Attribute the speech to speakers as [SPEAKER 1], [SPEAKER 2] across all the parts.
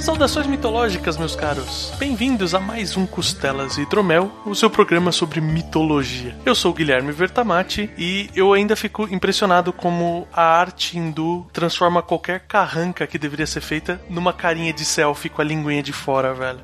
[SPEAKER 1] Saudações mitológicas, meus caros! Bem-vindos a mais um Costelas e Hidromel, o seu programa sobre mitologia. Eu sou o Guilherme Vertamati e eu ainda fico impressionado como a arte hindu transforma qualquer carranca que deveria ser feita numa carinha de selfie com a linguinha de fora, velho.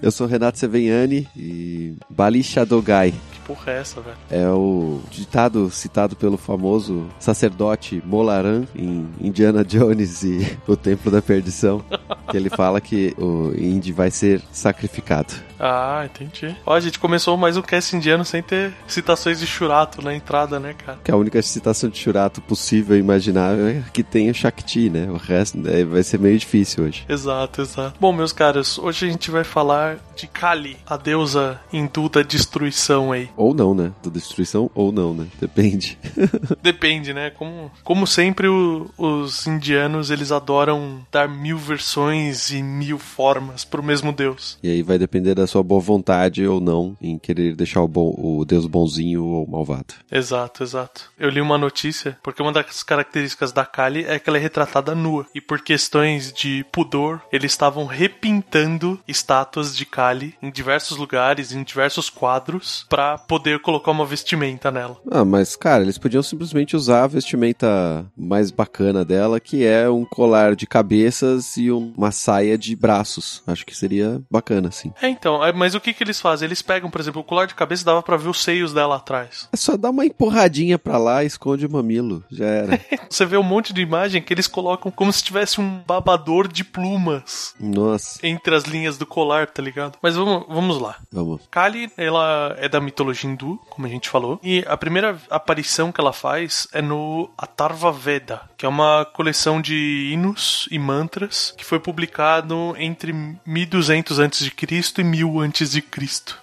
[SPEAKER 2] Eu sou Renato Seveniani e Bali Shadogai
[SPEAKER 1] que porra é essa, velho?
[SPEAKER 2] é o ditado citado pelo famoso sacerdote Molaran em Indiana Jones e o Templo da Perdição, que ele fala que o Indy vai ser sacrificado.
[SPEAKER 1] Ah, entendi. Ó, a gente começou mais um cast indiano sem ter citações de churato na entrada, né, cara?
[SPEAKER 2] Que a única citação de Churato possível e imaginável é que tem o Shakti, né? O resto né, vai ser meio difícil hoje.
[SPEAKER 1] Exato, exato. Bom, meus caros, hoje a gente vai falar de Kali, a deusa hindu da destruição aí.
[SPEAKER 2] Ou não, né? Da destruição ou não, né? Depende.
[SPEAKER 1] Depende, né? Como, como sempre, o- os indianos eles adoram dar mil versões e mil formas pro mesmo deus.
[SPEAKER 2] E aí vai depender da sua boa vontade ou não em querer deixar o, bom, o Deus bonzinho ou malvado.
[SPEAKER 1] Exato, exato. Eu li uma notícia, porque uma das características da Kali é que ela é retratada nua. E por questões de pudor, eles estavam repintando estátuas de Kali em diversos lugares, em diversos quadros, pra poder colocar uma vestimenta nela.
[SPEAKER 2] Ah, mas cara, eles podiam simplesmente usar a vestimenta mais bacana dela, que é um colar de cabeças e um- uma saia de braços. Acho que seria bacana, assim.
[SPEAKER 1] É, então, é, mas o que que eles fazem? Eles pegam, por exemplo, o colar de cabeça dava pra ver os seios dela atrás.
[SPEAKER 2] É só dar uma empurradinha pra lá e esconde o mamilo. Já era.
[SPEAKER 1] Você vê um monte de imagem que eles colocam como se tivesse um babador de plumas
[SPEAKER 2] Nossa,
[SPEAKER 1] entre as linhas do colar, tá ligado? Mas vamos, vamos lá.
[SPEAKER 2] vamos.
[SPEAKER 1] Kali, ela é da mitologia hindu, como a gente falou, e a primeira aparição que ela faz é no Atharva Veda, que é uma coleção de hinos e mantras que foi publicado entre 1200 a.C. e 1000 a.C.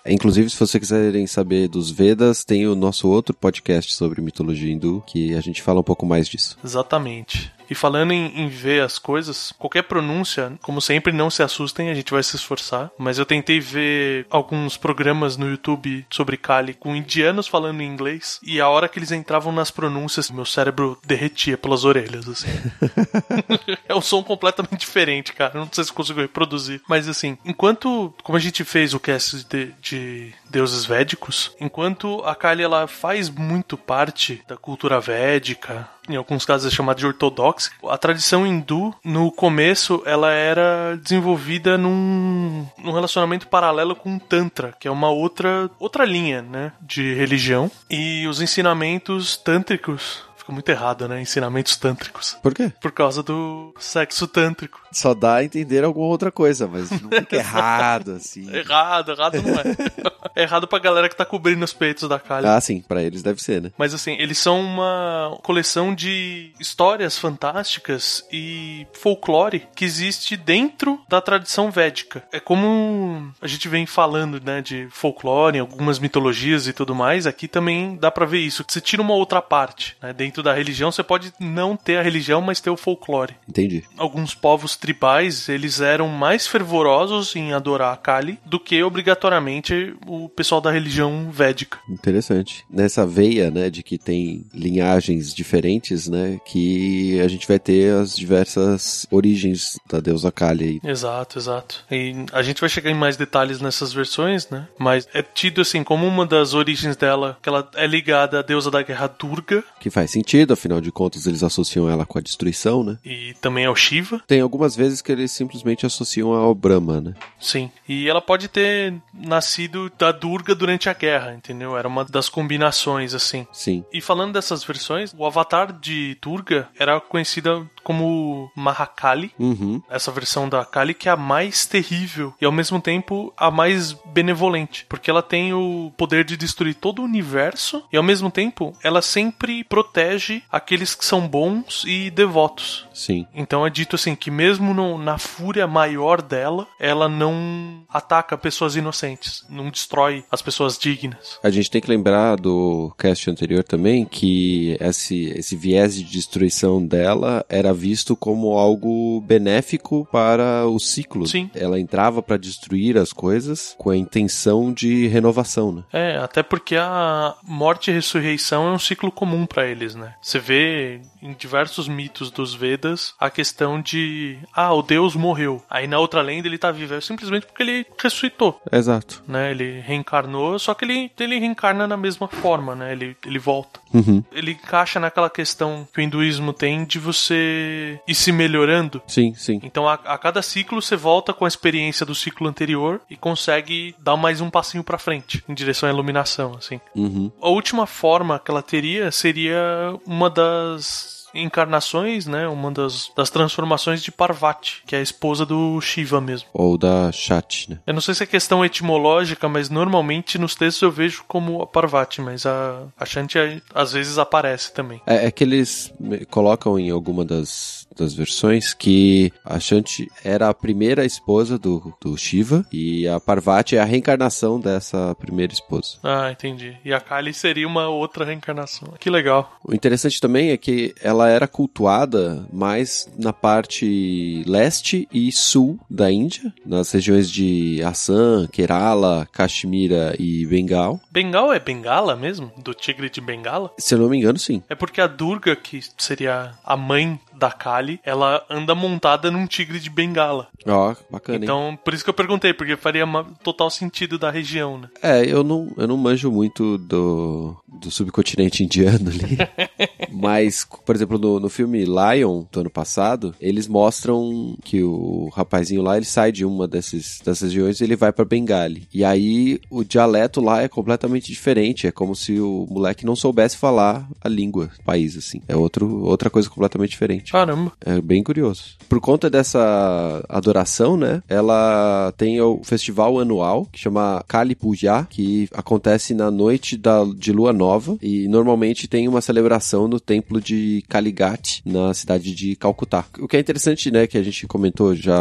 [SPEAKER 2] É, Inclusive, se vocês quiserem saber dos Vedas, tem o nosso outro podcast sobre mitologia hindu, que a gente fala um pouco mais disso.
[SPEAKER 1] Exatamente. E falando em, em ver as coisas, qualquer pronúncia, como sempre, não se assustem, a gente vai se esforçar. Mas eu tentei ver alguns programas no YouTube sobre Kali com indianos falando em inglês, e a hora que eles entravam nas pronúncias, meu cérebro derretia pelas orelhas, assim. é um som completamente diferente, cara. Não sei se consigo reproduzir. Mas assim, enquanto. Como a gente fez o cast de, de deuses védicos, enquanto a Kali ela faz muito parte da cultura védica. Em alguns casos é chamada de ortodoxa. A tradição hindu, no começo, ela era desenvolvida num, num relacionamento paralelo com o Tantra, que é uma outra, outra linha né, de religião. E os ensinamentos tântricos. Fica muito errado, né? Ensinamentos tântricos
[SPEAKER 2] Por quê?
[SPEAKER 1] por causa do sexo tântrico.
[SPEAKER 2] Só dá a entender alguma outra coisa, mas não fica errado, assim.
[SPEAKER 1] Errado, errado não é. errado pra galera que tá cobrindo os peitos da Kali.
[SPEAKER 2] Ah, sim, pra eles deve ser, né?
[SPEAKER 1] Mas assim, eles são uma coleção de histórias fantásticas e folclore que existe dentro da tradição védica. É como a gente vem falando, né, de folclore, algumas mitologias e tudo mais, aqui também dá pra ver isso. Você tira uma outra parte, né? Dentro da religião, você pode não ter a religião, mas ter o folclore.
[SPEAKER 2] Entendi.
[SPEAKER 1] alguns povos tribais eles eram mais fervorosos em adorar a Kali do que obrigatoriamente o pessoal da religião védica.
[SPEAKER 2] Interessante. Nessa veia, né, de que tem linhagens diferentes, né, que a gente vai ter as diversas origens da deusa Kali aí.
[SPEAKER 1] Exato, exato. E a gente vai chegar em mais detalhes nessas versões, né? Mas é tido assim como uma das origens dela, que ela é ligada à deusa da guerra Durga
[SPEAKER 2] Que faz sentido, afinal de contas eles associam ela com a destruição, né?
[SPEAKER 1] e também ao Shiva,
[SPEAKER 2] Tem algumas vezes que eles simplesmente associam ao Brahma, né?
[SPEAKER 1] sim. E ela pode ter nascido da Durga durante a guerra, entendeu? Era uma das combinações assim.
[SPEAKER 2] Sim.
[SPEAKER 1] E falando dessas versões, o avatar de Durga era conhecida como Mahakali,
[SPEAKER 2] Uhum.
[SPEAKER 1] essa versão da Kali que é a mais terrível e ao mesmo tempo a mais benevolente, porque ela tem o poder de destruir todo o universo e ao mesmo tempo ela sempre protege aqueles que são bons e devotos.
[SPEAKER 2] Sim.
[SPEAKER 1] Então é dito assim que mesmo no- na fúria maior dela, ela não ataca pessoas inocentes, não destrói as pessoas dignas.
[SPEAKER 2] A gente tem que lembrar do cast anterior também que esse, esse viés de destruição dela era visto como algo benéfico para o ciclo.
[SPEAKER 1] Sim.
[SPEAKER 2] Ela entrava para destruir as coisas com a intenção de renovação, né?
[SPEAKER 1] É, até porque a morte e ressurreição é um ciclo comum pra eles, né? Você vê em diversos mitos dos Vedas a questão de ah, o deus morreu. Aí na outra lenda ele tá vivo, é simplesmente porque ele ressuscitou,
[SPEAKER 2] Exato.
[SPEAKER 1] né? Ele reencarnou, só que ele, ele reencarna na mesma forma, né? Ele, ele volta.
[SPEAKER 2] Uhum.
[SPEAKER 1] Ele encaixa naquela questão que o hinduísmo tem de você ir se melhorando.
[SPEAKER 2] Sim, sim.
[SPEAKER 1] Então a, a cada ciclo você volta com a experiência do ciclo anterior e consegue dar mais um passinho pra frente em direção à iluminação, assim.
[SPEAKER 2] Uhum.
[SPEAKER 1] A última forma que ela teria seria uma das encarnações, né, uma das, das transformações de Parvati, que é a esposa do Shiva mesmo.
[SPEAKER 2] Ou da chat, né?
[SPEAKER 1] Eu não sei se é questão etimológica, mas normalmente nos textos eu vejo como a Parvati, mas a, a Shanti é- às vezes aparece também.
[SPEAKER 2] É, é que eles me- colocam em alguma das, das versões que a Shanti era a primeira esposa do, do Shiva e a Parvati é a reencarnação dessa primeira esposa.
[SPEAKER 1] Ah, entendi. E a Kali seria uma outra reencarnação. Que legal.
[SPEAKER 2] O interessante também é que ela era cultuada mais na parte leste e sul da Índia, nas regiões de Assam, Kerala, Caxemira e Bengal.
[SPEAKER 1] Bengal é Bengala mesmo? Do tigre de Bengala?
[SPEAKER 2] Se eu não me engano, sim.
[SPEAKER 1] É porque a Durga, que seria a mãe da Kali, ela anda montada num tigre de bengala.
[SPEAKER 2] Ó, bacana, hein?
[SPEAKER 1] Então, por isso que eu perguntei, porque faria ma- total sentido da região, né?
[SPEAKER 2] É, eu não, eu não manjo muito do, do subcontinente indiano ali. Mas, por exemplo, no, no filme Lion, do ano passado, eles mostram que o rapazinho lá, ele sai de uma desses, dessas regiões e ele vai pra Bengali. E aí, o dialeto lá é completamente diferente. É como se o moleque não soubesse falar a língua do país, assim. É outro, outra coisa completamente diferente.
[SPEAKER 1] Caramba.
[SPEAKER 2] É bem curioso. Por conta dessa adoração, né? Ela tem o festival anual que chama Kali Puja, que acontece na noite da, de lua nova e normalmente tem uma celebração no templo de Kaligat, na cidade de Calcutá. O que é interessante, né, que a gente comentou já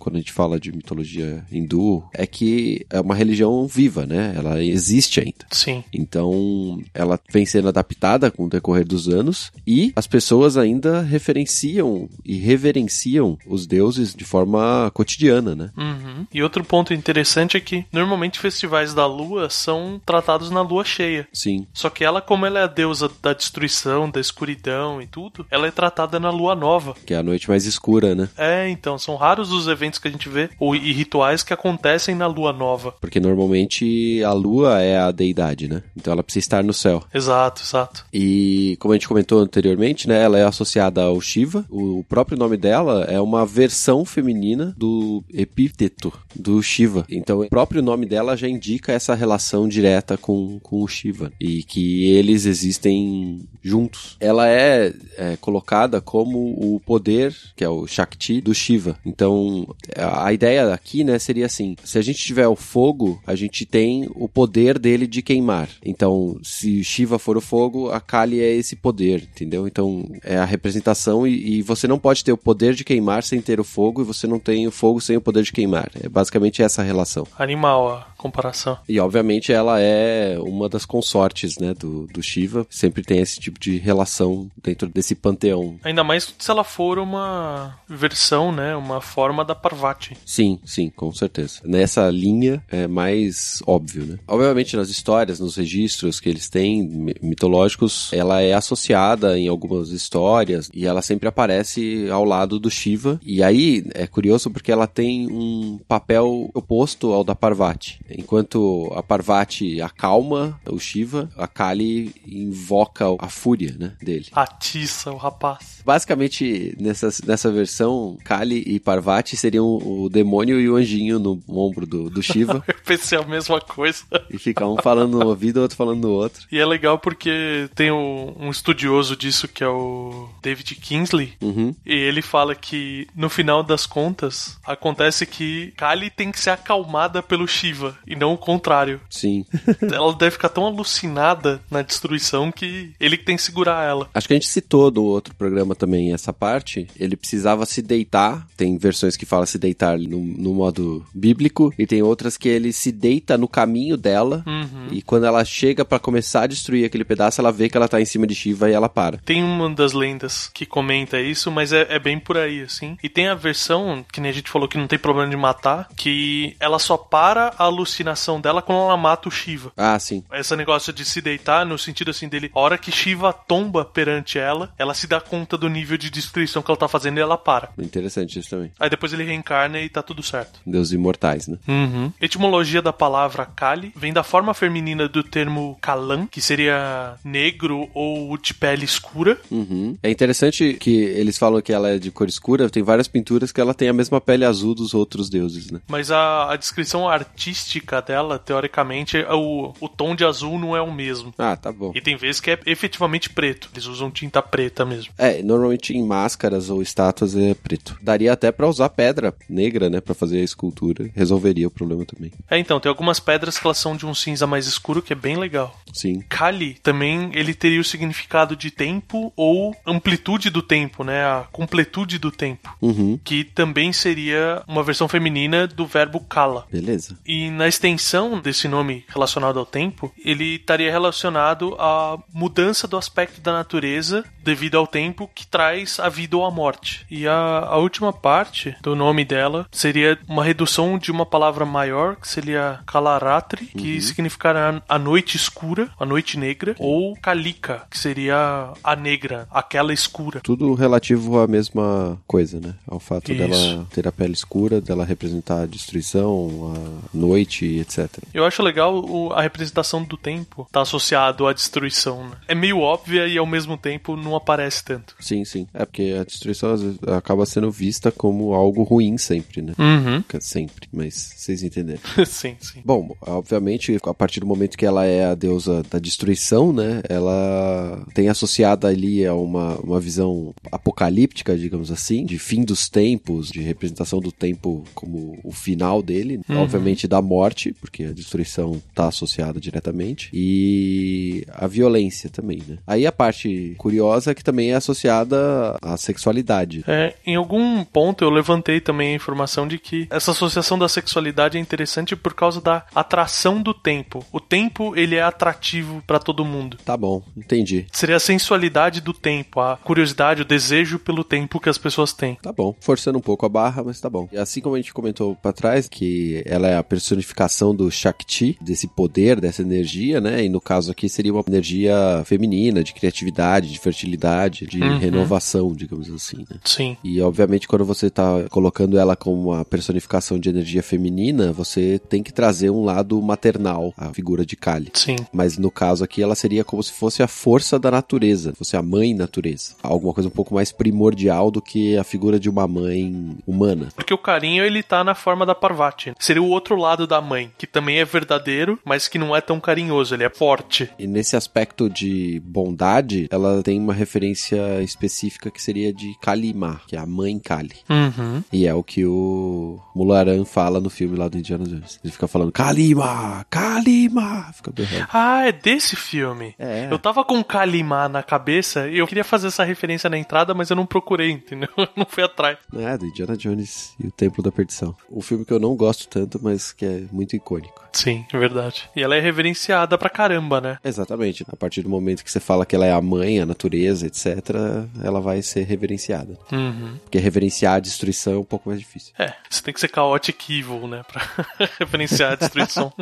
[SPEAKER 2] quando a gente fala de mitologia hindu, é que é uma religião viva, né? Ela existe ainda.
[SPEAKER 1] Sim.
[SPEAKER 2] Então, ela vem sendo adaptada com o decorrer dos anos e as pessoas ainda referenciam e reverenciam os deuses de forma cotidiana, né?
[SPEAKER 1] Uhum. E outro ponto interessante é que normalmente festivais da lua são tratados na lua cheia.
[SPEAKER 2] Sim.
[SPEAKER 1] Só que ela, como ela é a deusa da destruição, da escuridão e tudo, ela é tratada na lua nova.
[SPEAKER 2] Que é a noite mais escura, né?
[SPEAKER 1] É, então, são raros os eventos que a gente vê ou, e rituais que acontecem na lua nova.
[SPEAKER 2] Porque normalmente a lua é a deidade, né? Então ela precisa estar no céu.
[SPEAKER 1] Exato, exato.
[SPEAKER 2] E como a gente comentou anteriormente, né, ela é associada ao Shiva. O próprio nome dela é uma versão feminina do epíteto do Shiva. Então, o próprio nome dela já indica essa relação direta com, com o Shiva e que eles existem juntos. Ela é, é colocada como o poder, que é o Shakti do Shiva. Então, a ideia aqui, né, seria assim: se a gente tiver o fogo, a gente tem o poder dele de queimar. Então, se Shiva for o fogo, a Kali é esse poder, entendeu? Então, é a representação e, e você não pode ter o poder de queimar sem ter o fogo e você não tem o fogo sem o poder de queimar. É basicamente essa relação.
[SPEAKER 1] Animal a comparação.
[SPEAKER 2] E obviamente ela é uma das consortes, né, do, do Shiva. Sempre tem esse tipo de relação dentro desse panteão.
[SPEAKER 1] Ainda mais se ela for uma versão, né? Uma forma da Parvati.
[SPEAKER 2] Sim, sim, com certeza. Nessa linha é mais óbvio, né? Obviamente nas histórias, nos registros que eles têm mi- mitológicos, ela é associada em algumas histórias e ela sempre aparece ao lado do Shiva. E aí é curioso porque ela tem um papel oposto ao da Parvati. Enquanto a Parvati acalma o Shiva, a Kali invoca a fúria, né, dele.
[SPEAKER 1] Atiça o rapaz.
[SPEAKER 2] Basicamente, nessa, nessa versão, Kali e Parvati seriam o demônio e o anjinho no ombro do, do Shiva.
[SPEAKER 1] Eu pensei a mesma coisa.
[SPEAKER 2] e fica um falando no ouvido, outro falando no outro.
[SPEAKER 1] E é legal porque tem o- um estudioso disso que é o David Kingsley.
[SPEAKER 2] Uhum.
[SPEAKER 1] E ele fala que, no final das contas, acontece que Kali tem que ser acalmada pelo Shiva, e não o contrário.
[SPEAKER 2] Sim.
[SPEAKER 1] Ela deve ficar tão alucinada na destruição que ele que tem que segurar ela.
[SPEAKER 2] Acho que a gente citou do outro programa também essa parte. Ele precisava se deitar. Tem versões que falam se deitar no, no modo bíblico. E tem outras que ele se deita no caminho dela. E quando ela chega pra começar a destruir aquele pedaço, ela vê que ela tá em cima de Shiva e ela para.
[SPEAKER 1] Tem uma das lendas que comenta isso, mas é, é bem por aí, assim. E tem a versão, que nem a gente falou que não tem problema de matar, que ela só para a alucinação dela quando ela mata o Shiva.
[SPEAKER 2] Ah, sim.
[SPEAKER 1] Esse negócio de se deitar, no sentido assim dele, a hora que Shiva tomba perante ela, ela se dá conta do nível de destruição que ela tá fazendo e ela para.
[SPEAKER 2] Interessante isso também.
[SPEAKER 1] Aí depois ele reencarna e tá tudo certo.
[SPEAKER 2] Deus imortais, né?
[SPEAKER 1] Uhum. Etimologia da palavra Kali vem da forma feminina do termo Kalan, que seria negro ou de pele escura.
[SPEAKER 2] Uhum. É interessante que eles falam que ela é de cor escura. Tem várias pinturas que ela tem a mesma pele azul dos outros deuses, né?
[SPEAKER 1] Mas a, a descrição artística dela, teoricamente, é o, o tom de azul não é o mesmo.
[SPEAKER 2] Ah, tá bom.
[SPEAKER 1] E tem vezes que é efetivamente preto. Eles usam tinta preta mesmo.
[SPEAKER 2] É, normalmente em máscaras ou estátuas é preto. Daria até pra usar pedra negra, né, Pra fazer a escultura, resolveria o problema também.
[SPEAKER 1] É, então, tem algumas pedras que elas são de um cinza mais escuro, que é bem legal.
[SPEAKER 2] Sim.
[SPEAKER 1] Kali também ele teria o significado de tempo ou amplitude do tempo, né? A completude do tempo.
[SPEAKER 2] Uhum.
[SPEAKER 1] Que também seria uma versão feminina do verbo kala.
[SPEAKER 2] Beleza.
[SPEAKER 1] E na extensão desse nome relacionado ao tempo, ele estaria relacionado à mudança do aspecto da natureza devido ao tempo que traz a vida ou a morte. E a, a última parte do nome dela seria uma redução de uma palavra maior, que seria Kalaratri, que significará a noite escura, a noite negra, ou Kalika, que seria a negra, aquela escura.
[SPEAKER 2] Tudo relativo à mesma coisa, né? Ao fato
[SPEAKER 1] Isso.
[SPEAKER 2] dela ter a pele escura, dela representar a destruição, a noite, etc.
[SPEAKER 1] Eu acho legal o- a representação do tempo tá associado à destruição, né? É meio óbvia e ao mesmo tempo não aparece tanto.
[SPEAKER 2] Sim, sim. É porque a destruição às vezes, acaba sendo vista como algo ruim sempre, né?
[SPEAKER 1] Uhum.
[SPEAKER 2] Nunca Sempre, mas vocês entenderam.
[SPEAKER 1] sim, sim.
[SPEAKER 2] Bom, obviamente, a partir do momento que ela é a deusa da destruição, né? Ela tem associada ali a uma, uma visão apocalíptica, digamos assim, de fim dos tempos, de representação do tempo como o final dele. Obviamente, da morte, porque a destruição está associada diretamente. E a violência também, né? Aí a parte curiosa é que também é associada à sexualidade.
[SPEAKER 1] É, em algum ponto eu levantei também a informação de que essa associação da sexualidade é interessante por causa da atração do tempo. O tempo, ele é atrativo pra todo mundo.
[SPEAKER 2] Tá bom, entendi.
[SPEAKER 1] Seria a sensualidade do tempo, a curiosidade, o desejo pelo tempo que as pessoas têm.
[SPEAKER 2] Tá bom, forçando um pouco a barra, mas tá bom. E assim como a gente comentou pra trás, que ela é a personificação do Shakti, desse poder, dessa energia, né? E no caso aqui seria uma energia feminina, de criatividade, de fertilidade, de
[SPEAKER 1] Uhum.
[SPEAKER 2] renovação, digamos assim, né?
[SPEAKER 1] Sim.
[SPEAKER 2] E obviamente quando você tá colocando ela como uma personificação de energia feminina, você tem que trazer um lado maternal à figura de Kali.
[SPEAKER 1] Sim.
[SPEAKER 2] Mas no caso aqui, ela seria como se fosse a força da natureza, fosse a mãe natureza. Alguma coisa um pouco mais primordial do que a figura de uma mãe humana.
[SPEAKER 1] Porque o carinho ele tá na forma da Parvati. Seria o outro lado da mãe, que também é verdadeiro, mas que não é tão carinhoso, ele é forte.
[SPEAKER 2] E nesse aspecto de bondade, ela tem uma referência específica que seria de Kalima, que é a mãe Kali.
[SPEAKER 1] Uhum.
[SPEAKER 2] E é o que o Mularan fala no filme lá do Indiana Jones. Ele fica falando Kalima, Kalima, fica berrando.
[SPEAKER 1] Ah, é desse filme.
[SPEAKER 2] É.
[SPEAKER 1] Eu tava com Kalimá na cabeça e eu queria fazer essa referência na entrada, mas eu não procurei, entendeu? Eu não fui atrás.
[SPEAKER 2] É, do Indiana Jones e o Templo da Perdição. Um filme que eu não gosto tanto, mas que é muito icônico.
[SPEAKER 1] Sim, é verdade. E ela é reverenciada pra caramba, né?
[SPEAKER 2] Exatamente. A partir do momento que você fala que ela é a mãe, a natureza, etc., ela vai ser reverenciada.
[SPEAKER 1] Uhum.
[SPEAKER 2] Porque reverenciar a destruição é um pouco mais difícil.
[SPEAKER 1] É, você tem que ser chaotic evil, né? Pra referenciar a destruição.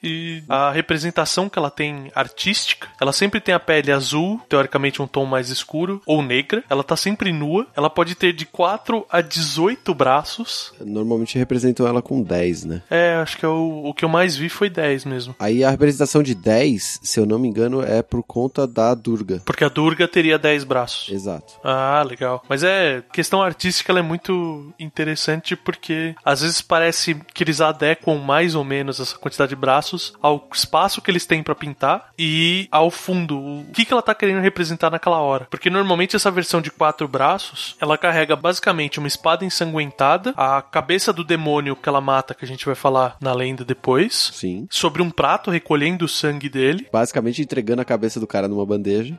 [SPEAKER 1] e a representação que ela tem artística, ela sempre tem a pele azul, teoricamente um tom mais escuro, ou negra. Ela tá sempre nua. Ela pode ter de 4 a 18 braços.
[SPEAKER 2] Normalmente representam ela com 10, né?
[SPEAKER 1] É, acho que eu- o que eu mais vi foi 10 mesmo.
[SPEAKER 2] Aí a representação de 10, se eu não me engano, é por conta da Durga.
[SPEAKER 1] Porque a Durga teria 10 braços.
[SPEAKER 2] Exato.
[SPEAKER 1] Ah, legal. Mas é, questão artística ela é muito interessante porque às vezes parece que eles adequam mais ou menos essa quantidade de braços ao espaço que eles têm pra pintar e ao fundo, o que que ela tá querendo representar naquela hora. Porque normalmente essa versão de quatro braços, ela carrega basicamente uma espada ensanguentada, a cabeça do demônio que ela mata, que a gente vai falar na lenda depois,
[SPEAKER 2] Sim.
[SPEAKER 1] sobre um prato recolhendo o sangue dele.
[SPEAKER 2] Basicamente entregando a cabeça do cara numa bandeja.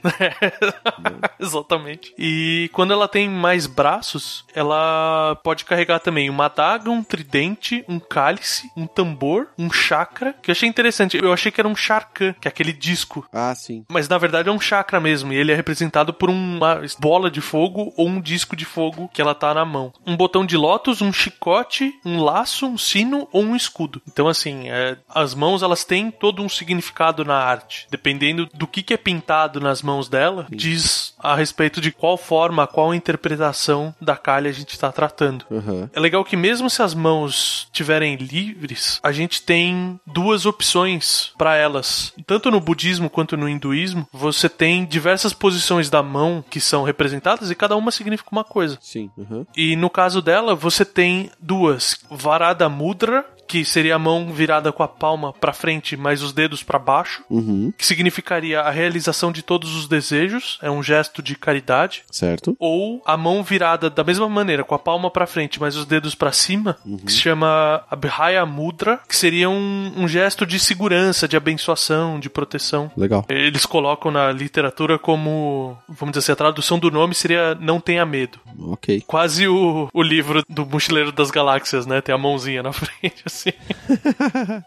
[SPEAKER 1] Exatamente. E quando ela tem mais braços, ela pode carregar também uma adaga, um tridente, um cálice, um tambor, um chakra. Que eu achei interessante. Eu achei que era um charcan, que é aquele disco.
[SPEAKER 2] Ah, sim.
[SPEAKER 1] Mas na verdade é um chakra mesmo, e ele é representado por uma bola de fogo ou um disco de fogo que ela tá na mão. Um botão de lótus, um chicote, um laço, um sino ou um escudo. Então assim, é, as mãos elas têm todo um significado na arte. Dependendo do que, que é pintado nas mãos dela, diz a respeito de qual forma, qual interpretação da calha a gente tá tratando.
[SPEAKER 2] Aham.
[SPEAKER 1] É legal que mesmo se as mãos estiverem livres, a gente tem duas opções para elas. Tanto no budismo quanto no hinduísmo, você tem diversas posições da mão que são representadas e cada uma significa uma coisa.
[SPEAKER 2] Sim. Aham.
[SPEAKER 1] E no caso dela, você tem duas: Varada Mudra, que seria a mão virada com a palma para frente, mas os dedos para baixo,
[SPEAKER 2] Uhum.
[SPEAKER 1] que significaria a realização de todos os desejos, é um gesto de caridade
[SPEAKER 2] Certo.
[SPEAKER 1] ou a mão virada da mesma maneira, com a palma pra frente, mas os dedos pra cima, que se chama Abhaya Mudra, que seria um, um gesto de segurança, de abençoação, de proteção.
[SPEAKER 2] Legal.
[SPEAKER 1] Eles colocam na literatura como, vamos dizer assim, a tradução do nome seria Não Tenha Medo.
[SPEAKER 2] Ok.
[SPEAKER 1] Quase o, o livro do Mochileiro das Galáxias, né? Tem a mãozinha na frente, assim.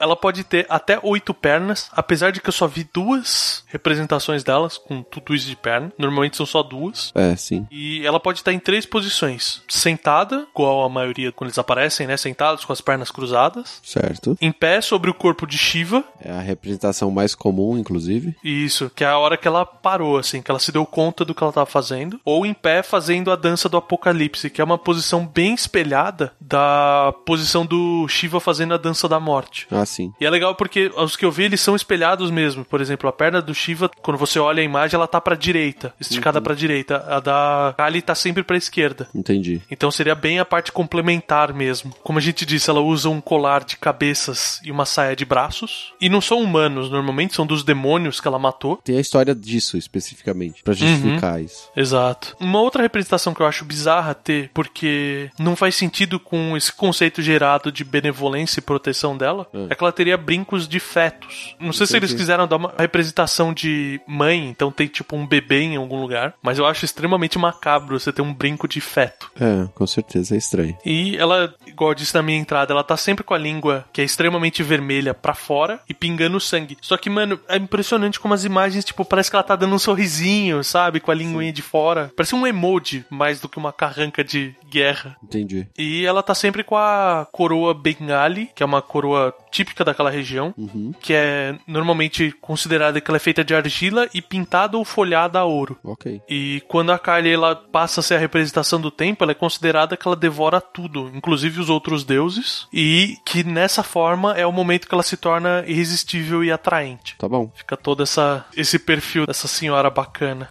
[SPEAKER 1] Ela pode ter até oito pernas, apesar de que eu só vi duas representações delas, com tutuis de perna. Normalmente são só duas.
[SPEAKER 2] É, sim.
[SPEAKER 1] E ela pode estar em três posições: sentada, igual a maioria quando eles aparecem, né? Sentados com as pernas cruzadas.
[SPEAKER 2] Certo.
[SPEAKER 1] Em pé sobre o corpo de Shiva.
[SPEAKER 2] É a representação mais comum, inclusive.
[SPEAKER 1] Isso, que é a hora que ela parou, assim, que ela se deu conta do que ela estava fazendo. Ou em pé fazendo a dança do apocalipse, que é uma posição bem espelhada da posição do Shiva fazendo a dança da morte.
[SPEAKER 2] Ah, sim.
[SPEAKER 1] E é legal porque os que eu vi, eles são espelhados mesmo. Por exemplo, a perna do Shiva, quando você olha a imagem, ela tá pra direita, esticada pra direita. A da Kali tá sempre pra esquerda.
[SPEAKER 2] Entendi.
[SPEAKER 1] Então seria bem a parte complementar mesmo. Como a gente disse, ela usa um colar de cabeças e uma saia de braços. E não são humanos, normalmente são dos demônios que ela matou.
[SPEAKER 2] Tem a história disso especificamente, pra justificar isso.
[SPEAKER 1] Exato. Uma outra representação que eu acho bizarra ter, porque não faz sentido com esse conceito gerado de benevolência e proteção dela, é que ela teria brincos de fetos. Não sei se eles quiseram dar uma representação de mãe, então tem tipo um bebê em algum lugar, mas eu acho extremamente macabro você ter um brinco de feto.
[SPEAKER 2] É, com certeza é estranho.
[SPEAKER 1] E ela, igual eu disse na minha entrada, ela tá sempre com a língua que é extremamente vermelha pra fora e pingando sangue. Só que, mano, é impressionante como as imagens, tipo, parece que ela tá dando um sorrisinho, sabe? Com a linguinha de fora. Parece um emoji mais do que uma carranca de guerra.
[SPEAKER 2] Entendi.
[SPEAKER 1] E ela tá sempre com a coroa Bengali, que é uma coroa típica daquela região, que é normalmente considerada que ela é feita de argila e pintada ou folhada a ouro.
[SPEAKER 2] Ok.
[SPEAKER 1] E quando a Kylie ela passa a ser a representação do tempo, ela é considerada que ela devora tudo, inclusive os outros deuses, e que nessa forma é o momento que ela se torna irresistível e atraente.
[SPEAKER 2] Tá bom.
[SPEAKER 1] Fica todo essa, esse perfil dessa senhora bacana.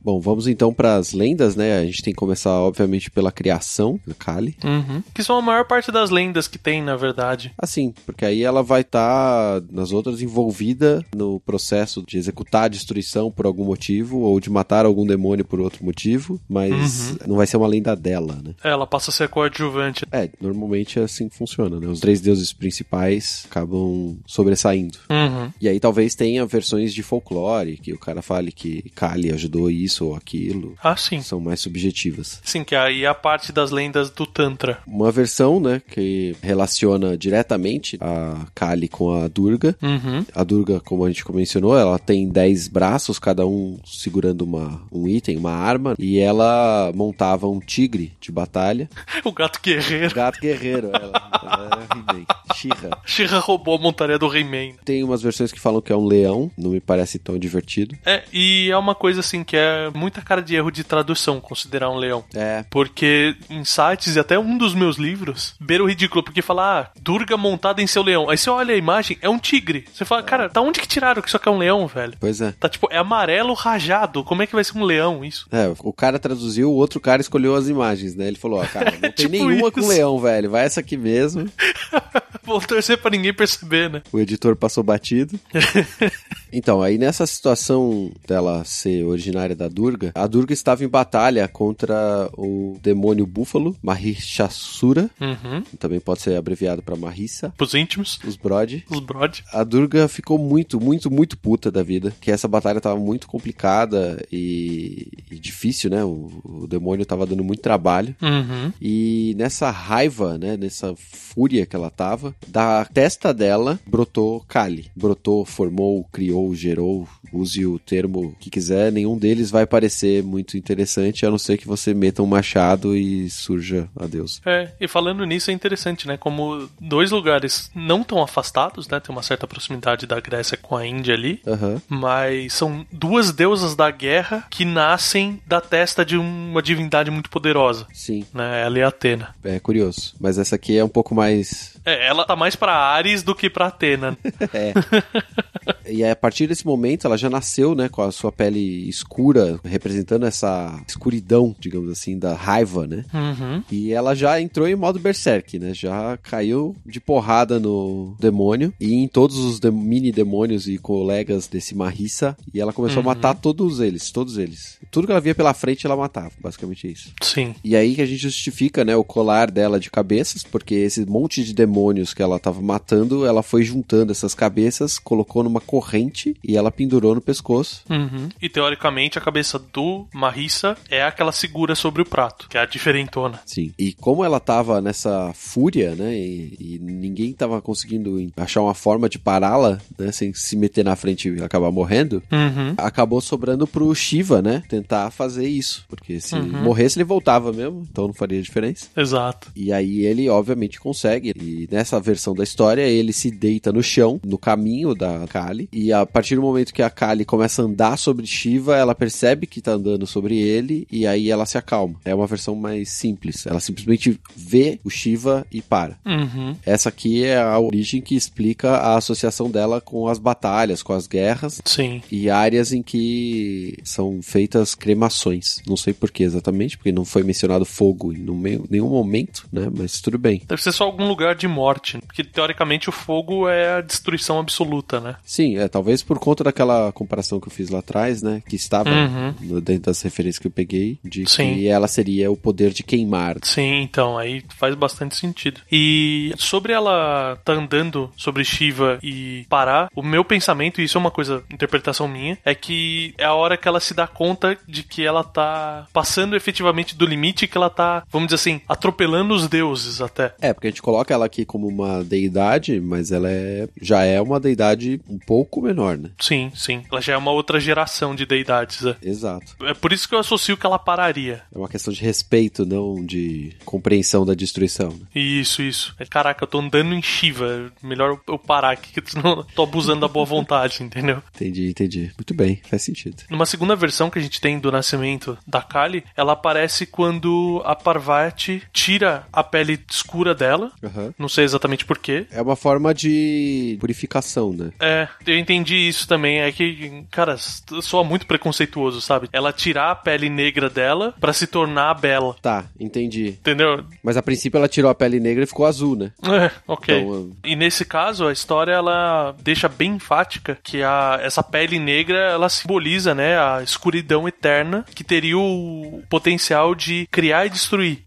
[SPEAKER 2] Bom, vamos então para as lendas, né? A gente tem que começar, obviamente, pela criação do Kali.
[SPEAKER 1] Uhum. Que são a maior parte das lendas que tem, na verdade.
[SPEAKER 2] Assim, porque aí ela vai estar nas outras envolvida no processo de executar a destruição por algum motivo ou de matar algum demônio por outro motivo, mas não vai ser uma lenda dela, né?
[SPEAKER 1] Ela passa a ser coadjuvante.
[SPEAKER 2] É, normalmente é assim que funciona, né? Os três deuses principais acabam sobressaindo.
[SPEAKER 1] Uhum.
[SPEAKER 2] E aí talvez tenha versões de folclore, que o cara fale que Kali ajudou isso ou aquilo.
[SPEAKER 1] Ah, sim.
[SPEAKER 2] São mais subjetivas.
[SPEAKER 1] Sim, que aí é a parte das lendas do Tantra.
[SPEAKER 2] Uma versão, né, que relaciona diretamente a Kali com a Durga.
[SPEAKER 1] Uhum.
[SPEAKER 2] A Durga, como a gente mencionou, ela tem 10 braços, cada um segurando uma, um item, uma arma, e ela montava um tigre de batalha.
[SPEAKER 1] O gato guerreiro.
[SPEAKER 2] Gato guerreiro, ela. ela é He-Man. Xirra.
[SPEAKER 1] Shira roubou a montaria do He-Man.
[SPEAKER 2] Tem umas versões que falam que é um leão, não me parece tão divertido.
[SPEAKER 1] É, e é uma coisa assim que é muita cara de erro de tradução considerar um leão.
[SPEAKER 2] É,
[SPEAKER 1] Porque em sites e até um dos meus livros, beira o ridículo, porque fala, ah, Durga montada em seu leão. Aí você olha a imagem, é um tigre. Você fala, cara, tá onde que tiraram que isso aqui é um leão, velho?
[SPEAKER 2] pois é.
[SPEAKER 1] Tá tipo, é amarelo rajado. Como é que vai ser um leão isso?
[SPEAKER 2] É, o cara traduziu, o outro cara escolheu as imagens, né? Ele falou, ó, cara, não tem
[SPEAKER 1] Tipo
[SPEAKER 2] nenhuma com
[SPEAKER 1] isso.
[SPEAKER 2] leão, velho. Vai essa aqui mesmo.
[SPEAKER 1] Vou torcer pra ninguém perceber, né?
[SPEAKER 2] O editor passou batido. Então, aí nessa situação dela ser originária da Durga, a Durga estava em batalha contra o demônio búfalo, Mahishasura,
[SPEAKER 1] Uhum.
[SPEAKER 2] também pode ser abreviado para Mahissa,
[SPEAKER 1] Pros íntimos,
[SPEAKER 2] os Brod.
[SPEAKER 1] os brod.
[SPEAKER 2] A Durga ficou muito, muito, muito puta da vida. Que essa batalha tava muito complicada e, e difícil, né? O, o demônio tava dando muito trabalho.
[SPEAKER 1] Uhum.
[SPEAKER 2] E nessa raiva, né? Nessa fúria que ela tava, da testa dela brotou Kali. Brotou, formou, criou, gerou. Use o termo que quiser. Nenhum deles vai parecer muito interessante, a não ser que você meta um machado e surja. Adeus.
[SPEAKER 1] É, e falando nisso é interessante, né? Como dois lugares não tão afastados, né? Tem uma certa proximidade da Grécia com a Índia ali.
[SPEAKER 2] Aham.
[SPEAKER 1] Mas são duas deusas da guerra que nascem da testa de uma divindade muito poderosa.
[SPEAKER 2] Sim,
[SPEAKER 1] Né? Ela é Atena.
[SPEAKER 2] é curioso. Mas essa aqui é um pouco mais
[SPEAKER 1] É, ela tá mais pra Ares do que pra Atena.
[SPEAKER 2] E aí, a partir desse momento, ela já nasceu, né, com a sua pele escura, representando essa escuridão, digamos assim, da raiva, né?
[SPEAKER 1] uhum.
[SPEAKER 2] E ela já entrou em modo berserk, né? Já caiu de porrada no demônio e em todos os de- mini demônios e colegas desse Marissa. E ela começou a matar todos eles, todos eles. Tudo que ela via pela frente, ela matava. Basicamente é isso.
[SPEAKER 1] Sim.
[SPEAKER 2] E aí que a gente justifica, né, o colar dela de cabeças, porque esse monte de demônios que ela tava matando, ela foi juntando essas cabeças, colocou numa corrente e ela pendurou no pescoço.
[SPEAKER 1] Uhum. E teoricamente a cabeça do Marissa é a que ela segura sobre o prato, que é a diferentona.
[SPEAKER 2] Sim. E como ela tava nessa fúria, né, e, e ninguém tava conseguindo achar uma forma de pará-la, né, sem se meter na frente e acabar morrendo,
[SPEAKER 1] Uhum.
[SPEAKER 2] acabou sobrando pro Shiva, né, tentar fazer isso, porque se morresse ele voltava mesmo, então não faria diferença.
[SPEAKER 1] Exato.
[SPEAKER 2] E aí ele, obviamente, consegue. E nessa versão da história, ele se deita no chão, no caminho da Kali. E a partir do momento que a Kali começa a andar sobre Shiva, ela percebe que tá andando sobre ele e aí ela se acalma. É uma versão mais simples. Ela simplesmente vê o Shiva e para.
[SPEAKER 1] Uhum.
[SPEAKER 2] Essa aqui é a origem que explica a associação dela com as batalhas, com as guerras.
[SPEAKER 1] Sim.
[SPEAKER 2] E áreas em que são feitas cremações. Não sei por que exatamente, porque não foi mencionado fogo em nome- nenhum momento, né? Mas tudo bem.
[SPEAKER 1] Deve ser só algum lugar de morte, né? porque teoricamente o fogo é a destruição absoluta, né?
[SPEAKER 2] Sim, é, talvez por conta daquela comparação que eu fiz lá atrás, né? Que estava
[SPEAKER 1] Uhum.
[SPEAKER 2] no- dentro das referências que eu peguei, de
[SPEAKER 1] Sim.
[SPEAKER 2] que ela seria o poder de queimar.
[SPEAKER 1] Sim, então, aí faz bastante sentido. E sobre ela tá andando sobre Shiva e parar, o meu pensamento, e isso é uma coisa, interpretação minha, é que é a hora que ela se dá conta de que ela tá passando efetivamente do limite, que ela tá, vamos dizer assim, atropelando os deuses até.
[SPEAKER 2] É, porque a gente coloca ela aqui como uma deidade, mas ela é, já é uma deidade um pouco menor, né?
[SPEAKER 1] Sim, sim. Ela já é uma outra geração de deidades, é.
[SPEAKER 2] Exato.
[SPEAKER 1] É por isso que eu associo que ela pararia.
[SPEAKER 2] É uma questão de respeito, não de compreensão da destruição. né?
[SPEAKER 1] Isso, isso. É, Caraca, eu tô andando em Shiva. Melhor eu parar aqui, que senão eu tô abusando da boa vontade, entendeu?
[SPEAKER 2] Entendi, entendi. Muito bem, faz sentido.
[SPEAKER 1] Numa segunda versão que a gente tem do nascimento da Kali, ela aparece quando a Parvati tira a pele escura dela.
[SPEAKER 2] Aham.
[SPEAKER 1] Não sei exatamente porquê.
[SPEAKER 2] É uma forma de purificação, né?
[SPEAKER 1] É, eu entendi isso também. É que, cara, s- soa muito preconceituoso, sabe? Ela tirar a pele negra dela pra se tornar bela.
[SPEAKER 2] Tá, entendi.
[SPEAKER 1] Entendeu?
[SPEAKER 2] Mas a princípio ela tirou a pele negra e ficou azul, né?
[SPEAKER 1] É, ok.
[SPEAKER 2] Então,
[SPEAKER 1] e nesse caso, a história ela deixa bem enfática que a, essa pele negra ela simboliza, né, a escuridão eterna que teria o potencial de criar e destruir.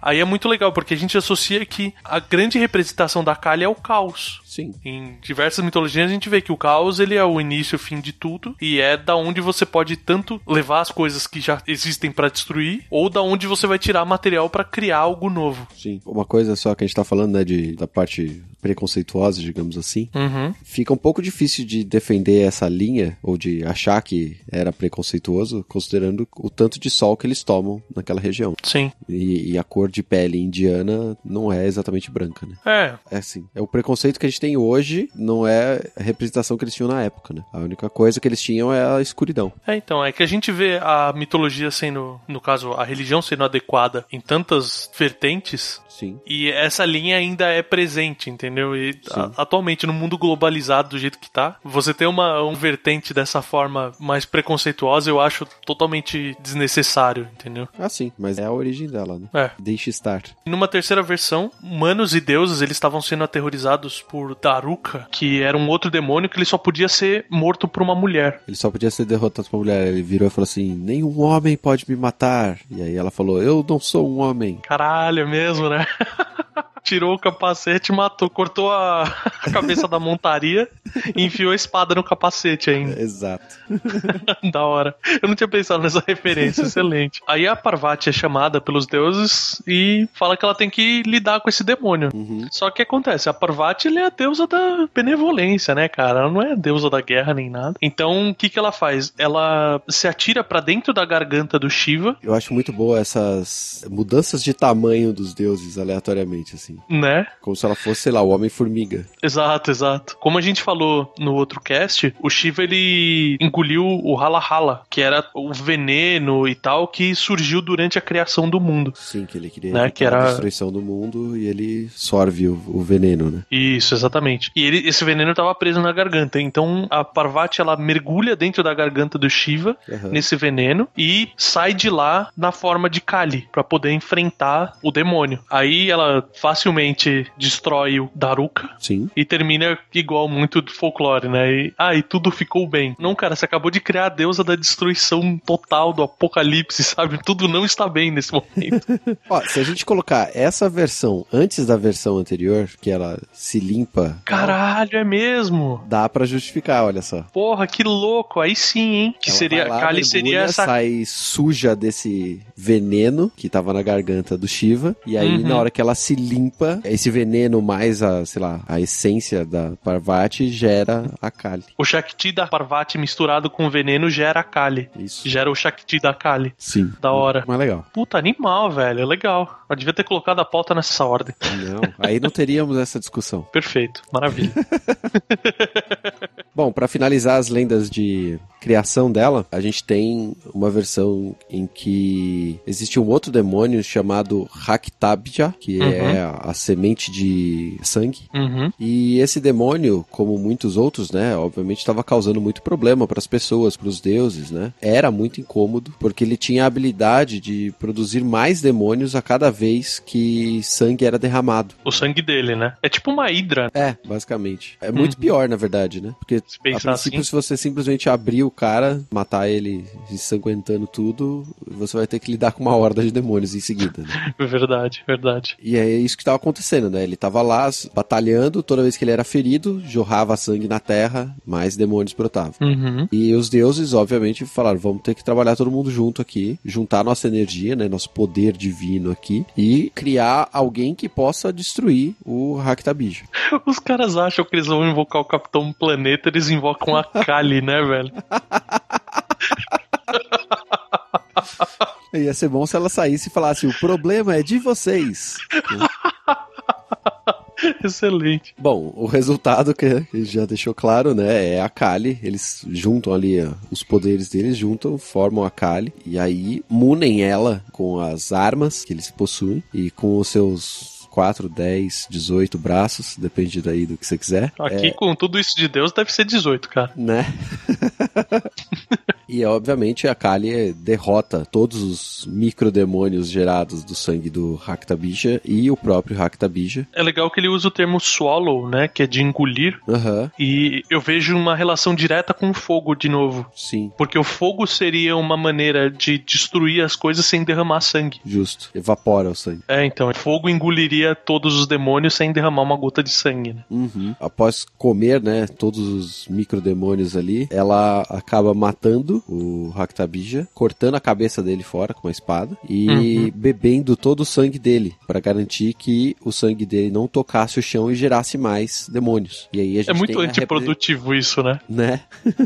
[SPEAKER 1] Aí é muito legal porque a gente associa que a grande representação da Kali é o caos.
[SPEAKER 2] Sim.
[SPEAKER 1] Em diversas mitologias a gente vê que o caos ele é o início e o fim de tudo e é da onde você pode tanto levar as coisas que já existem pra destruir ou da onde você vai tirar material pra criar algo novo.
[SPEAKER 2] Sim. Uma coisa só que a gente tá falando, né, de, da parte preconceituosos, digamos assim,
[SPEAKER 1] Uhum.
[SPEAKER 2] fica um pouco difícil de defender essa linha ou de achar que era preconceituoso, considerando o tanto de sol que eles tomam naquela região.
[SPEAKER 1] Sim.
[SPEAKER 2] E, e a cor de pele indiana não é exatamente branca, né?
[SPEAKER 1] É.
[SPEAKER 2] É assim, é o preconceito que a gente tem hoje, não é a representação que eles tinham na época, né? A única coisa que eles tinham é a escuridão.
[SPEAKER 1] É, então, é que a gente vê a mitologia sendo, no caso, a religião sendo adequada em tantas vertentes,
[SPEAKER 2] Sim.
[SPEAKER 1] E essa linha ainda é presente, entendeu? E a-
[SPEAKER 2] Sim.
[SPEAKER 1] atualmente, no mundo globalizado do jeito que tá, você ter uma um vertente dessa forma mais preconceituosa, eu acho totalmente desnecessário, entendeu?
[SPEAKER 2] Ah, sim, mas é a origem dela, né?
[SPEAKER 1] É.
[SPEAKER 2] Deixa estar.
[SPEAKER 1] E Numa terceira versão, humanos e deuses eles estavam sendo aterrorizados por Daruka, que era um outro demônio que ele só podia ser morto por uma mulher.
[SPEAKER 2] Ele só podia ser derrotado por uma mulher. Ele virou e falou assim: Nenhum homem pode me matar. E aí ela falou: Eu não sou um homem.
[SPEAKER 1] Caralho, é mesmo, né? Tirou o capacete, matou, cortou a, a cabeça da montaria e enfiou a espada no capacete ainda.
[SPEAKER 2] Exato.
[SPEAKER 1] da hora. Eu não tinha pensado nessa referência, excelente. Aí a Parvati é chamada pelos deuses e fala que ela tem que lidar com esse demônio. Só que acontece, a Parvati ela é a deusa da benevolência, né, cara? Ela não é a deusa da guerra nem nada. Então, o que que ela faz? Ela se atira pra dentro da garganta do Shiva,
[SPEAKER 2] Eu acho muito boa essas mudanças de tamanho dos deuses aleatoriamente, assim.
[SPEAKER 1] né?
[SPEAKER 2] Como se ela fosse, sei lá, o Homem-Formiga.
[SPEAKER 1] Exato, exato. Como a gente falou no outro cast, o Shiva ele engoliu o Hala Hala, que era o veneno e tal que surgiu durante a criação do mundo.
[SPEAKER 2] Sim, que ele queria
[SPEAKER 1] Né,
[SPEAKER 2] evitar
[SPEAKER 1] que era-
[SPEAKER 2] a destruição do mundo e ele sorve o, o veneno, né?
[SPEAKER 1] Isso, exatamente. E ele- esse veneno estava preso na garganta. Então a Parvati ela mergulha dentro da garganta do Shiva
[SPEAKER 2] Aham.
[SPEAKER 1] nesse veneno e sai de lá na forma de Kali para poder enfrentar o demônio. Aí ela facilmente destrói o Daruka.
[SPEAKER 2] Sim.
[SPEAKER 1] E termina igual muito do folclore, né? E, ah, e tudo ficou bem. Não, cara, você acabou de criar a deusa da destruição total, do apocalipse, sabe? Tudo não está bem nesse momento.
[SPEAKER 2] Ó, se a gente colocar essa versão antes da versão anterior, que ela se limpa,
[SPEAKER 1] Caralho, é mesmo.
[SPEAKER 2] dá pra justificar, olha só.
[SPEAKER 1] Porra, que louco. Aí sim, hein? Que
[SPEAKER 2] Ela
[SPEAKER 1] seria.
[SPEAKER 2] vai lá,
[SPEAKER 1] Kali
[SPEAKER 2] mergulha,
[SPEAKER 1] seria essa.
[SPEAKER 2] sai suja desse veneno que tava na garganta do Shiva e aí
[SPEAKER 1] Uhum.
[SPEAKER 2] na hora que ela se limpa, esse veneno mais a, sei lá, a essência da Parvati gera a Kali.
[SPEAKER 1] O Shakti da Parvati misturado com veneno gera a Kali.
[SPEAKER 2] Isso.
[SPEAKER 1] Gera o Shakti da Kali.
[SPEAKER 2] Sim.
[SPEAKER 1] Da hora.
[SPEAKER 2] Mas legal.
[SPEAKER 1] Puta, animal, velho. É Legal. Eu devia ter colocado a pauta nessa ordem.
[SPEAKER 2] Não, aí não teríamos essa discussão.
[SPEAKER 1] Perfeito. Maravilha.
[SPEAKER 2] Bom, pra finalizar as lendas de criação dela, a gente tem uma versão em que existe um outro demônio chamado Haktabja, que
[SPEAKER 1] Uhum.
[SPEAKER 2] é a semente de sangue.
[SPEAKER 1] uhum.
[SPEAKER 2] E esse demônio, como muitos outros, né, obviamente estava causando muito problema para as pessoas, para os deuses, né? Era muito incômodo, porque ele tinha a habilidade de produzir mais demônios a cada vez que sangue era derramado.
[SPEAKER 1] O sangue dele, né? É tipo uma hidra.
[SPEAKER 2] É, basicamente. É muito pior, na verdade, né? Porque
[SPEAKER 1] Se
[SPEAKER 2] a
[SPEAKER 1] pensar
[SPEAKER 2] princípio,
[SPEAKER 1] assim.
[SPEAKER 2] se você simplesmente abrir o cara, matar ele ensanguentando tudo, você vai ter que lidar com uma horda de demônios em seguida, né?
[SPEAKER 1] Verdade, verdade.
[SPEAKER 2] E é isso que estava acontecendo, né? Ele tava lá s- batalhando, toda vez que ele era ferido, jorrava sangue na terra, mais demônios brotavam.
[SPEAKER 1] Uhum.
[SPEAKER 2] E os deuses, obviamente, falaram: vamos ter que trabalhar todo mundo junto aqui, juntar nossa energia, né, nosso poder divino aqui, e criar alguém que possa destruir o Haktabija.
[SPEAKER 1] Os caras acham que eles vão invocar o Capitão Planeta, eles invocam a Kali, né, velho?
[SPEAKER 2] Ia ser bom se ela saísse e falasse: o problema é de vocês.
[SPEAKER 1] Excelente.
[SPEAKER 2] Bom, o resultado que que já deixou claro, né, é a Kali. Eles juntam ali ó, os poderes deles, juntam, formam a Kali e aí munem ela com as armas que eles possuem e com os seus 4, 10, 18 braços, depende daí do que você quiser,
[SPEAKER 1] Aqui, com tudo isso de Deus, deve ser 18, cara.
[SPEAKER 2] né? e obviamente a Kali derrota todos os microdemônios gerados do sangue do Haktabija e o próprio Haktabija.
[SPEAKER 1] É legal que ele usa o termo swallow, né? Que é de engolir.
[SPEAKER 2] Aham,
[SPEAKER 1] E eu vejo uma relação direta com o fogo de novo.
[SPEAKER 2] sim.
[SPEAKER 1] Porque o fogo seria uma maneira de destruir as coisas sem derramar sangue.
[SPEAKER 2] Justo. Evapora o sangue.
[SPEAKER 1] É, então, o fogo engoliria todos os demônios sem derramar uma gota de sangue, né?
[SPEAKER 2] Após comer, né, todos os microdemônios ali, ela acaba matando o Haktabija, cortando a cabeça dele fora com a espada
[SPEAKER 1] Uhum.
[SPEAKER 2] e bebendo todo o sangue dele para garantir que o sangue dele não tocasse o chão e gerasse mais demônios. E aí a gente
[SPEAKER 1] É muito
[SPEAKER 2] tem a repre-
[SPEAKER 1] antiprodutivo isso, né?
[SPEAKER 2] né?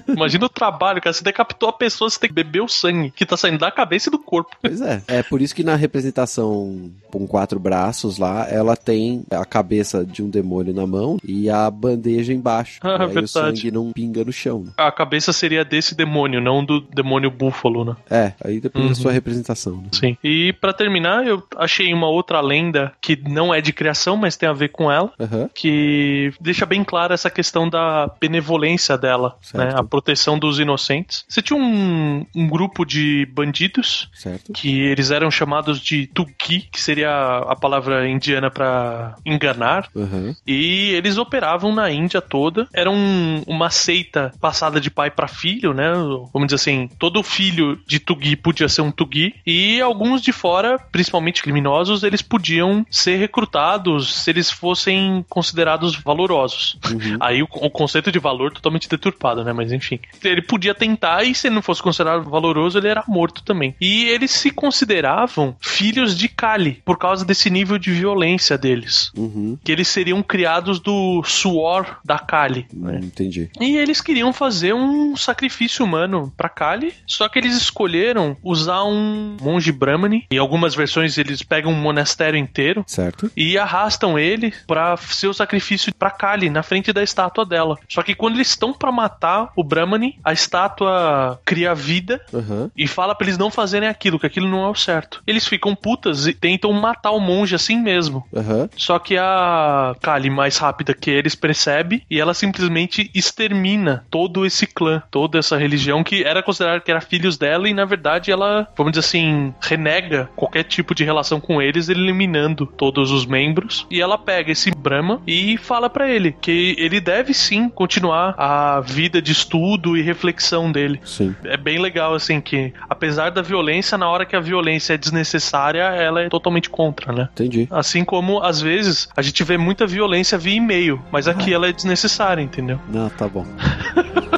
[SPEAKER 1] Imagina o trabalho, cara. Você decapitou a pessoa, você tem que beber o sangue que tá saindo da cabeça e do corpo.
[SPEAKER 2] Pois é. É por isso que na representação com quatro braços lá, ela tem a cabeça de um demônio na mão e a bandeja embaixo.
[SPEAKER 1] Ah,
[SPEAKER 2] e aí o
[SPEAKER 1] verdade.
[SPEAKER 2] sangue não pinga no chão. né?
[SPEAKER 1] A cabeça seria desse demônio, não do demônio búfalo, né?
[SPEAKER 2] É, aí depende
[SPEAKER 1] Uhum.
[SPEAKER 2] da sua representação. né?
[SPEAKER 1] Sim. E pra terminar, eu achei uma outra lenda que não é de criação, mas tem a ver com ela.
[SPEAKER 2] Aham.
[SPEAKER 1] que deixa bem clara essa questão da benevolência dela,
[SPEAKER 2] Certo.
[SPEAKER 1] né? a proteção dos inocentes. Você tinha um, um grupo de bandidos
[SPEAKER 2] Certo?
[SPEAKER 1] que eles eram chamados de Tuki, que seria a palavra indiana pra enganar,
[SPEAKER 2] Aham.
[SPEAKER 1] e eles operavam na Índia toda. Era um- uma seita passada de pai para filho, né? Vamos dizer assim, todo filho de Tugi podia ser um Tugi. E alguns de fora, principalmente criminosos, eles podiam ser recrutados se eles fossem considerados valorosos.
[SPEAKER 2] Uhum.
[SPEAKER 1] Aí o, o conceito de valor totalmente deturpado, né? Mas enfim. Ele podia tentar e se ele não fosse considerado valoroso, ele era morto também. E eles se consideravam filhos de Kali por causa desse nível de violência deles
[SPEAKER 2] Uhum.
[SPEAKER 1] que eles seriam criados do suor da Kali.
[SPEAKER 2] Não entendi.
[SPEAKER 1] E eles queriam fazer um sacrifício humano pra Kali, só que eles escolheram usar um monge Brahmani. Em algumas versões eles pegam um monastério inteiro
[SPEAKER 2] Certo?
[SPEAKER 1] e arrastam ele pra ser o sacrifício pra Kali na frente da estátua dela. Só que quando eles estão pra matar o Brahmani, a estátua cria vida
[SPEAKER 2] Aham.
[SPEAKER 1] e fala pra eles não fazerem aquilo, que aquilo não é o certo. Eles ficam putas e tentam matar o monge assim mesmo.
[SPEAKER 2] Aham.
[SPEAKER 1] Só que a Kali, mais rápida que eles, percebe e ela simplesmente extermina todo esse clã, toda essa religião que era considerada que era filhos dela e, na verdade, ela, vamos dizer assim, renega qualquer tipo de relação com eles, eliminando todos os membros. E ela pega esse Brahma e fala pra ele que ele deve sim continuar a vida de estudo e reflexão dele.
[SPEAKER 2] Sim.
[SPEAKER 1] É bem legal, assim, que apesar da violência, na hora que a violência é desnecessária, ela é totalmente contra, né?
[SPEAKER 2] Entendi.
[SPEAKER 1] Assim como, às vezes, a gente vê muita violência via e-mail, mas aqui ela é desnecessária, entendeu?
[SPEAKER 2] Não, tá bom.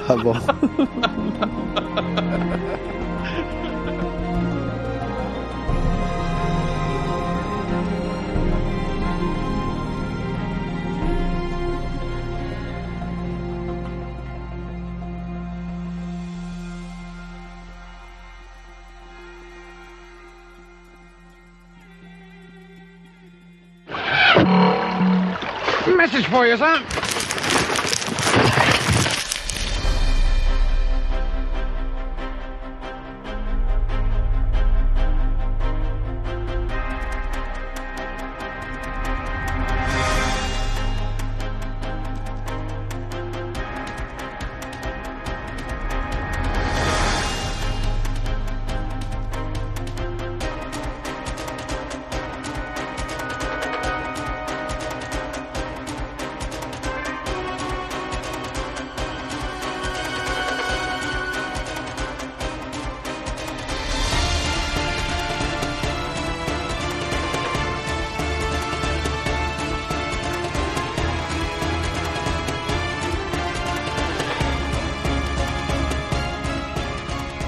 [SPEAKER 2] tá bom.
[SPEAKER 3] Message for you, sir.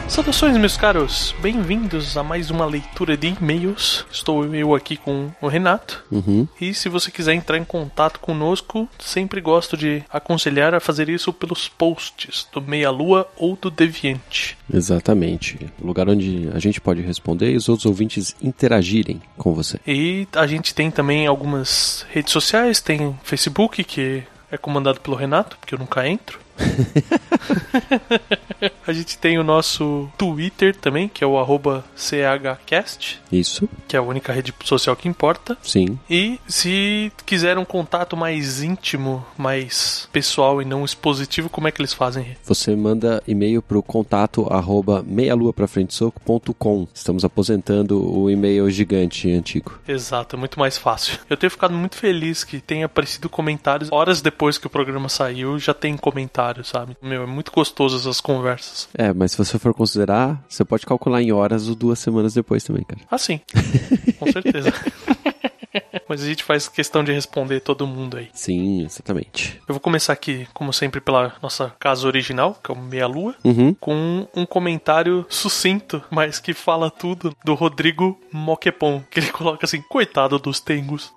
[SPEAKER 1] Saudações, meus caros! Bem-vindos a mais uma leitura de e-mails. Estou eu aqui com o Renato.
[SPEAKER 2] Uhum.
[SPEAKER 1] E se você quiser entrar em contato conosco, sempre gosto de aconselhar a fazer isso pelos posts do Meia Lua ou do Deviante.
[SPEAKER 2] Exatamente. Lugar onde a gente pode responder e os outros ouvintes interagirem com você.
[SPEAKER 1] E a gente tem também algumas redes sociais, tem Facebook, que é comandado pelo Renato, porque eu nunca entro. a gente tem o nosso Twitter também, que é o arroba CHCast,
[SPEAKER 2] Isso?
[SPEAKER 1] que é a única rede social que importa.
[SPEAKER 2] Sim.
[SPEAKER 1] E se quiser um contato mais íntimo, mais pessoal e não expositivo, como é que eles fazem?
[SPEAKER 2] Você manda e-mail pro contato arroba meialuaprafrentesoco.com. Estamos aposentando o e-mail gigante antigo.
[SPEAKER 1] Exato, é muito mais fácil. Eu tenho ficado muito feliz que tenha aparecido comentários. Horas depois que o programa saiu, já tem comentário, sabe? Meu, é muito gostoso essas conversas.
[SPEAKER 2] É, mas se você for considerar, você pode calcular em horas ou duas semanas depois também, cara.
[SPEAKER 1] Assim, com Assim, certeza. Mas a gente faz questão de responder todo mundo aí.
[SPEAKER 2] Sim, exatamente.
[SPEAKER 1] Eu vou começar aqui, como sempre, pela nossa casa original, que é o Meia Lua,
[SPEAKER 2] Uhum.
[SPEAKER 1] com um comentário sucinto, mas que fala tudo, do Rodrigo Moquepon, que ele coloca assim, coitado dos Tengos.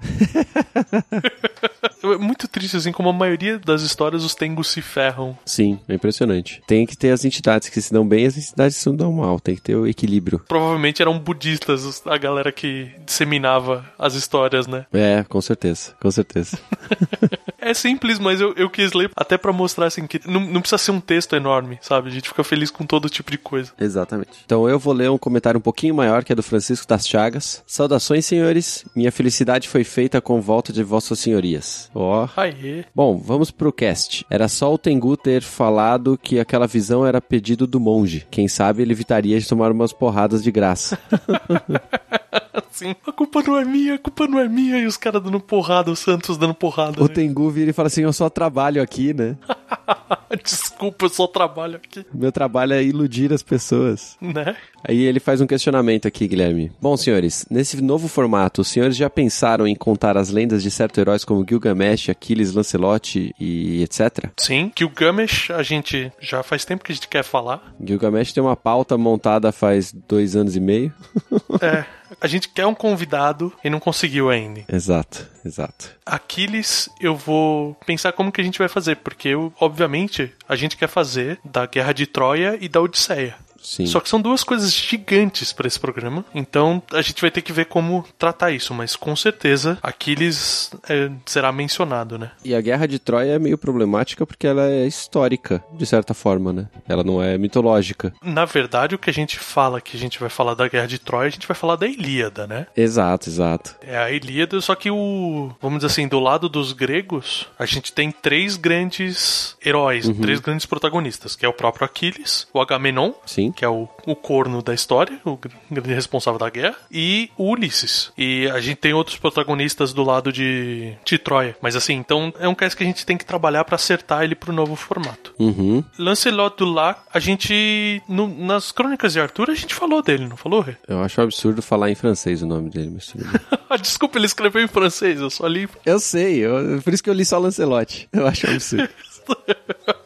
[SPEAKER 1] é muito triste, assim, como a maioria das histórias os Tengos se ferram.
[SPEAKER 2] Sim, é impressionante. Tem que ter as entidades que se dão bem e as entidades que se dão mal. Tem que ter o equilíbrio.
[SPEAKER 1] Provavelmente eram budistas os- a galera que disseminava as histórias, né?
[SPEAKER 2] É, com certeza, com certeza.
[SPEAKER 1] É simples, mas eu, eu quis ler até pra mostrar, assim, que não, não precisa ser um texto enorme, sabe? A gente fica feliz com todo tipo de coisa.
[SPEAKER 2] Exatamente. Então eu vou ler um comentário um pouquinho maior, que é do Francisco das Chagas. Saudações, senhores. Minha felicidade foi feita com volta de vossas senhorias. Ó.
[SPEAKER 1] Aê.
[SPEAKER 2] Bom, vamos pro cast. Era só o Tengu ter falado que aquela visão era pedido do monge. Quem sabe ele evitaria de tomar umas porradas de graça.
[SPEAKER 1] Assim, a culpa não é minha, a culpa não é minha. E os caras dando porrada, o Santos dando porrada.
[SPEAKER 2] o
[SPEAKER 1] né?
[SPEAKER 2] Tengu vira e fala assim: Eu só trabalho aqui, né?
[SPEAKER 1] Desculpa, eu só trabalho aqui.
[SPEAKER 2] Meu trabalho é iludir as pessoas.
[SPEAKER 1] Né?
[SPEAKER 2] Aí ele faz um questionamento aqui, Guilherme. Bom, senhores, nesse novo formato, os senhores já pensaram em contar as lendas de certos heróis como Gilgamesh, Aquiles, Lancelot e etc?
[SPEAKER 1] Sim, que o Gamish a gente já faz tempo que a gente quer falar.
[SPEAKER 2] Gilgamesh tem uma pauta montada faz dois anos e meio.
[SPEAKER 1] É, a gente quer um convidado e não conseguiu ainda.
[SPEAKER 2] Exato, exato.
[SPEAKER 1] Aquiles, eu vou pensar como que a gente vai fazer, porque eu, obviamente a gente quer fazer da Guerra de Troia e da Odisseia.
[SPEAKER 2] Sim.
[SPEAKER 1] Só que são duas coisas gigantes pra esse programa, então a gente vai ter que ver como tratar isso, mas com certeza Aquiles é, será mencionado, né?
[SPEAKER 2] E a Guerra de Troia é meio problemática porque ela é histórica, de certa forma, né? Ela não é mitológica.
[SPEAKER 1] Na verdade, o que a gente fala que a gente vai falar da Guerra de Troia, a gente vai falar da Ilíada, né?
[SPEAKER 2] Exato, exato.
[SPEAKER 1] É a Ilíada, só que o. Vamos dizer assim, do lado dos gregos, a gente tem três grandes heróis, três grandes protagonistas, que é o próprio Aquiles, o Agamenon,
[SPEAKER 2] Sim.
[SPEAKER 1] que é o, o corno da história, o gr- grande responsável da guerra, e o Ulisses. E a gente tem outros protagonistas do lado de, de Troia. Mas assim, então é um caso que a gente tem que trabalhar pra acertar ele pro novo formato.
[SPEAKER 2] Uhum.
[SPEAKER 1] Lancelot do Lac, a gente. no- nas crônicas de Arthur, a gente falou dele, não falou? Rê?
[SPEAKER 2] Eu acho um absurdo falar em francês o nome dele, mas tudo bem.
[SPEAKER 1] Desculpa, ele escreveu em francês, eu só li.
[SPEAKER 2] Eu sei, eu- por isso que eu li só Lancelote. Eu acho um absurdo.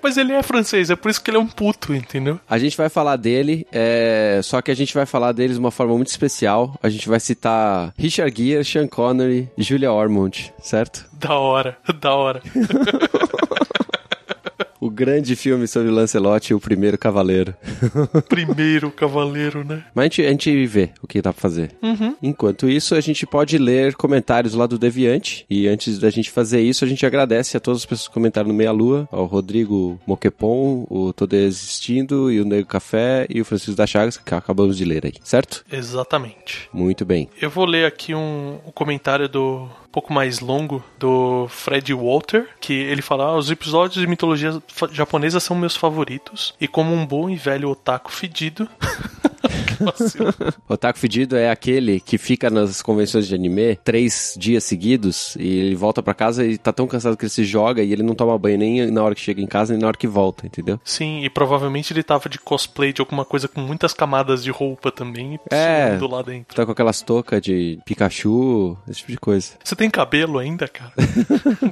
[SPEAKER 1] Mas ele é francês, é por isso que ele é um puto, entendeu?
[SPEAKER 2] A gente vai falar dele, é, só que a gente vai falar deles de uma forma muito especial. A gente vai citar Richard Gere, Sean Connery, Julia Ormond, certo?
[SPEAKER 1] Da hora, da hora.
[SPEAKER 2] O grande filme sobre Lancelot e o primeiro cavaleiro.
[SPEAKER 1] Primeiro cavaleiro, né?
[SPEAKER 2] Mas a gente, a gente vê o que dá pra fazer. Enquanto isso, a gente pode ler comentários lá do Deviante. E antes da gente fazer isso, a gente agradece a todas as pessoas que comentaram no Meia Lua, ao Rodrigo Moquepon, o Todo Existindo, e o Nego Café, e o Francisco da Chagas, que acabamos de ler aí, certo?
[SPEAKER 1] Exatamente.
[SPEAKER 2] Muito bem.
[SPEAKER 1] Eu vou ler aqui um, um comentário do um pouco mais longo do Fred Walter, que ele fala: "Ah, os episódios de mitologia fa- japonesa são meus favoritos e como um bom e velho otaku fedido. Que vacilo.
[SPEAKER 2] Otaku fedido é aquele que fica nas convenções de anime três dias seguidos e ele volta pra casa e tá tão cansado que ele se joga e ele não toma banho nem na hora que chega em casa nem na hora que volta, entendeu?
[SPEAKER 1] Sim, e provavelmente ele tava de cosplay de alguma coisa com muitas camadas de roupa também e
[SPEAKER 2] É.
[SPEAKER 1] sumindo lá dentro.
[SPEAKER 2] Tá com aquelas toucas de Pikachu, esse tipo de coisa.
[SPEAKER 1] Você tem cabelo ainda, cara?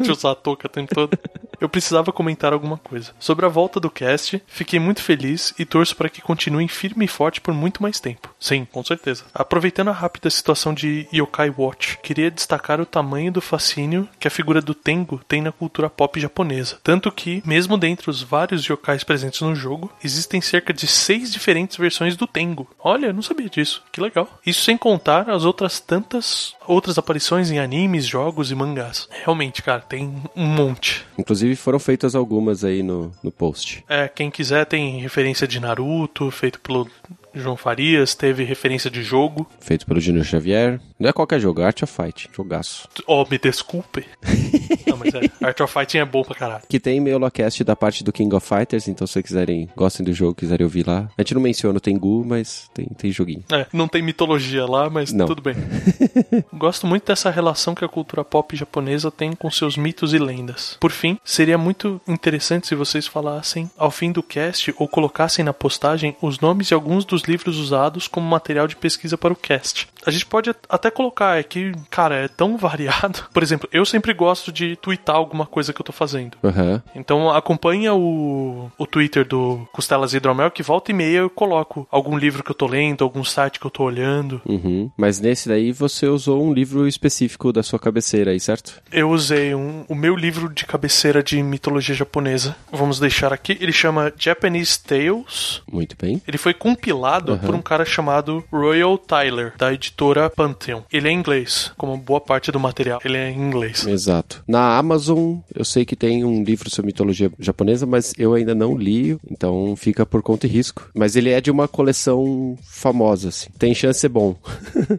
[SPEAKER 1] De usar a touca o tempo todo. Eu precisava comentar alguma coisa. Sobre a volta do cast, fiquei muito feliz e torço para que continuem firme e forte por muito mais tempo. Sim, com certeza. Aproveitando a rápida situação de Yokai Watch, queria destacar o tamanho do fascínio que a figura do Tengu tem na cultura pop japonesa. Tanto que, mesmo dentre os vários yokais presentes no jogo, existem cerca de seis diferentes versões do Tengu. Olha, eu não sabia disso. Que legal. Isso sem contar as outras tantas outras aparições em animes, jogos e mangás. Realmente, cara, tem um monte.
[SPEAKER 2] Inclusive foram feitas algumas aí no, no post.
[SPEAKER 1] É, quem quiser tem referência de Naruto, feito pelo João Farias, teve referência de jogo.
[SPEAKER 2] Feito pelo Junior Xavier. Não é qualquer jogo, é Art of Fight. Jogaço.
[SPEAKER 1] Oh, me desculpe. Não, mas é, Art of Fighting é bom pra caralho.
[SPEAKER 2] Que tem meio locast da parte do King of Fighters, então se vocês quiserem, gostem do jogo, quiserem ouvir lá. A gente não menciona o Tengu, mas tem, tem joguinho.
[SPEAKER 1] É, não tem mitologia lá, mas
[SPEAKER 2] Não.
[SPEAKER 1] tudo bem. Gosto muito dessa relação que a cultura pop japonesa tem com seus mitos e lendas. Por fim, seria muito interessante se vocês falassem ao fim do cast ou colocassem na postagem os nomes de alguns dos outros livros usados como material de pesquisa para o cast. A gente pode até colocar aqui, cara, é tão variado. Por exemplo, eu sempre gosto de twittar alguma coisa que eu tô fazendo.
[SPEAKER 2] Aham.
[SPEAKER 1] Então acompanha o, o Twitter do Costelas e Hidromel, que volta e meia eu coloco algum livro que eu tô lendo, algum site que eu tô olhando.
[SPEAKER 2] Uhum. Mas nesse daí você usou um livro específico da sua cabeceira aí, certo?
[SPEAKER 1] Eu usei um- o meu livro de cabeceira de mitologia japonesa. Vamos deixar aqui. Ele chama Japanese Tales.
[SPEAKER 2] Muito bem.
[SPEAKER 1] Ele foi compilado por um cara chamado Royal Tyler, da editora Pantheon. Ele é inglês, como boa parte do material. Ele é em inglês.
[SPEAKER 2] Exato. Na Amazon, eu sei que tem um livro sobre mitologia japonesa, mas eu ainda não li, então fica por conta e risco. Mas ele é de uma coleção famosa, assim. Tem chance de ser bom.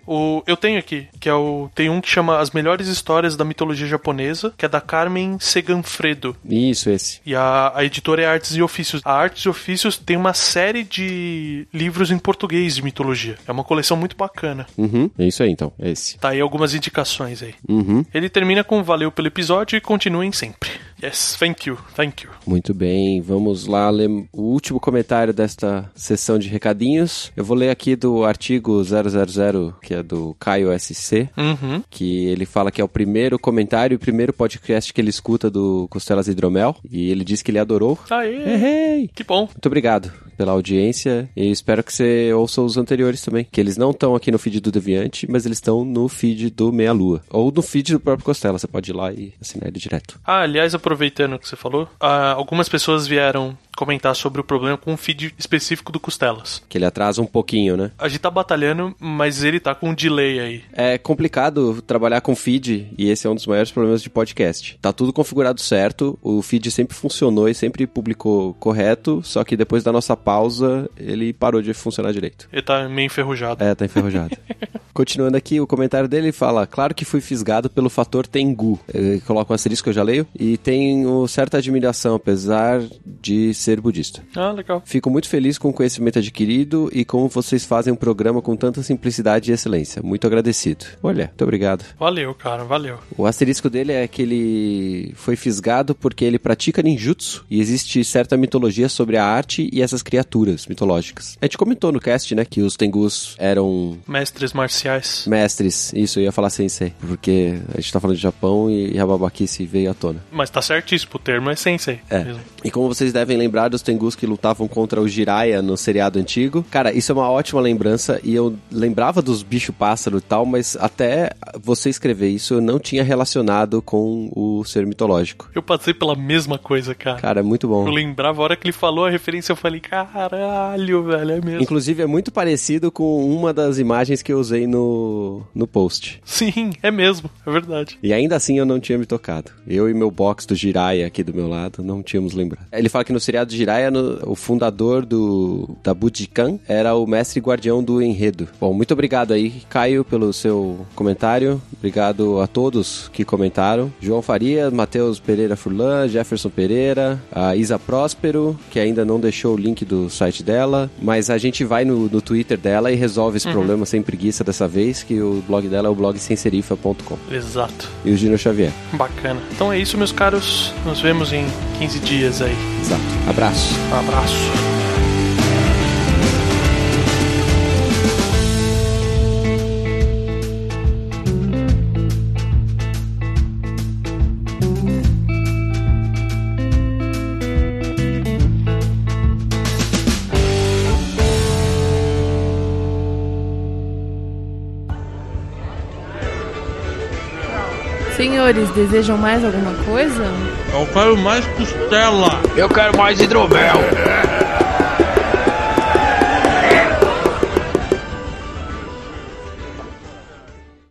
[SPEAKER 1] O, eu tenho aqui, que é o. Tem um que chama As Melhores Histórias da Mitologia Japonesa, que é da Carmen Seganfredo.
[SPEAKER 2] Isso, esse.
[SPEAKER 1] E a, a editora é Artes e Ofícios. A Artes e Ofícios tem uma série de livros em português de mitologia. É uma coleção muito bacana.
[SPEAKER 2] Uhum. É isso aí, então. É esse.
[SPEAKER 1] Tá aí algumas indicações aí.
[SPEAKER 2] Uhum.
[SPEAKER 1] Ele termina com valeu pelo episódio e continuem sempre. Yes, thank you, thank you.
[SPEAKER 2] Muito bem, vamos lá ler o último comentário desta sessão de recadinhos. Eu vou ler aqui do artigo 000, que é do Caio SC,
[SPEAKER 1] Uhum.
[SPEAKER 2] que ele fala que é o primeiro comentário e o primeiro podcast que ele escuta do Costelas Hidromel. E ele diz que ele adorou. Uhum.
[SPEAKER 1] Aê!
[SPEAKER 2] Errei!
[SPEAKER 1] Que bom.
[SPEAKER 2] É, Muito obrigado pela audiência e espero que você ouça os anteriores também, que eles não estão aqui no feed do Deviante, mas eles estão no feed do Meia Lua, ou no feed do próprio Costela, você pode ir lá e assinar ele direto.
[SPEAKER 1] Ah, aliás, aproveitando o que você falou, ah, algumas pessoas vieram comentar sobre o problema com um feed específico do Costelas.
[SPEAKER 2] Que ele atrasa um pouquinho, né?
[SPEAKER 1] A gente tá batalhando, mas ele tá com um delay aí.
[SPEAKER 2] É complicado trabalhar com feed e esse é um dos maiores problemas de podcast. Tá tudo configurado certo, o feed sempre funcionou e sempre publicou correto, só que depois da nossa pausa ele parou de funcionar direito.
[SPEAKER 1] Ele tá meio enferrujado.
[SPEAKER 2] É, tá enferrujado. Continuando aqui, o comentário dele fala: Claro que fui fisgado pelo fator Tengu. Ele Coloca um asterisco que eu já leio. E tenho certa admiração, apesar de ser budista.
[SPEAKER 1] Ah, legal.
[SPEAKER 2] Fico muito feliz com o conhecimento adquirido e como vocês fazem um programa com tanta simplicidade e excelência. Muito agradecido. Olha, muito obrigado.
[SPEAKER 1] Valeu, cara, valeu.
[SPEAKER 2] O asterisco dele é que ele foi fisgado porque ele pratica ninjutsu e existe certa mitologia sobre a arte e essas criaturas mitológicas. A gente comentou no cast, né, que os Tengus eram
[SPEAKER 1] Mestres marciais.
[SPEAKER 2] mestres, isso eu ia falar sensei, porque a gente tá falando de Japão e a babaquice veio à tona.
[SPEAKER 1] Mas tá certíssimo, o termo é sensei.
[SPEAKER 2] É.
[SPEAKER 1] mesmo.
[SPEAKER 2] E como vocês devem lembrar dos Tengus que lutavam contra o Jiraiya no seriado antigo, cara, isso é uma ótima lembrança e eu lembrava dos bicho pássaro e tal, mas até você escrever isso eu não tinha relacionado com o ser mitológico.
[SPEAKER 1] Eu passei pela mesma coisa, cara.
[SPEAKER 2] Cara, é muito bom.
[SPEAKER 1] Eu lembrava a hora que ele falou a referência, eu falei, caralho, velho, é mesmo.
[SPEAKER 2] Inclusive, é muito parecido com uma das imagens que eu usei no, no post.
[SPEAKER 1] Sim, é mesmo, é verdade.
[SPEAKER 2] E ainda assim eu não tinha me tocado. Eu e meu box do Jiraiya aqui do meu lado não tínhamos lembrado. Ele fala que no seriado Jiraiya, no- o fundador do, da Budikan era o mestre guardião do enredo. Bom, muito obrigado aí, Caio, pelo seu comentário. Obrigado a todos que comentaram. João Faria, Matheus Pereira Furlan, Jefferson Pereira, a Isa Próspero, que ainda não deixou o link do site dela, mas a gente vai no, no Twitter dela e resolve esse problema sem preguiça dessa vez, que o blog dela é o blog senserifa.com
[SPEAKER 1] Exato.
[SPEAKER 2] e o Gino Xavier.
[SPEAKER 1] Bacana. Então é isso, meus caros. Nos vemos em 15 dias aí. Um
[SPEAKER 2] Exato. Abraço.
[SPEAKER 1] abraço.
[SPEAKER 4] Senhores, desejam mais alguma coisa?
[SPEAKER 5] Eu quero mais costela.
[SPEAKER 3] Eu quero mais hidromel.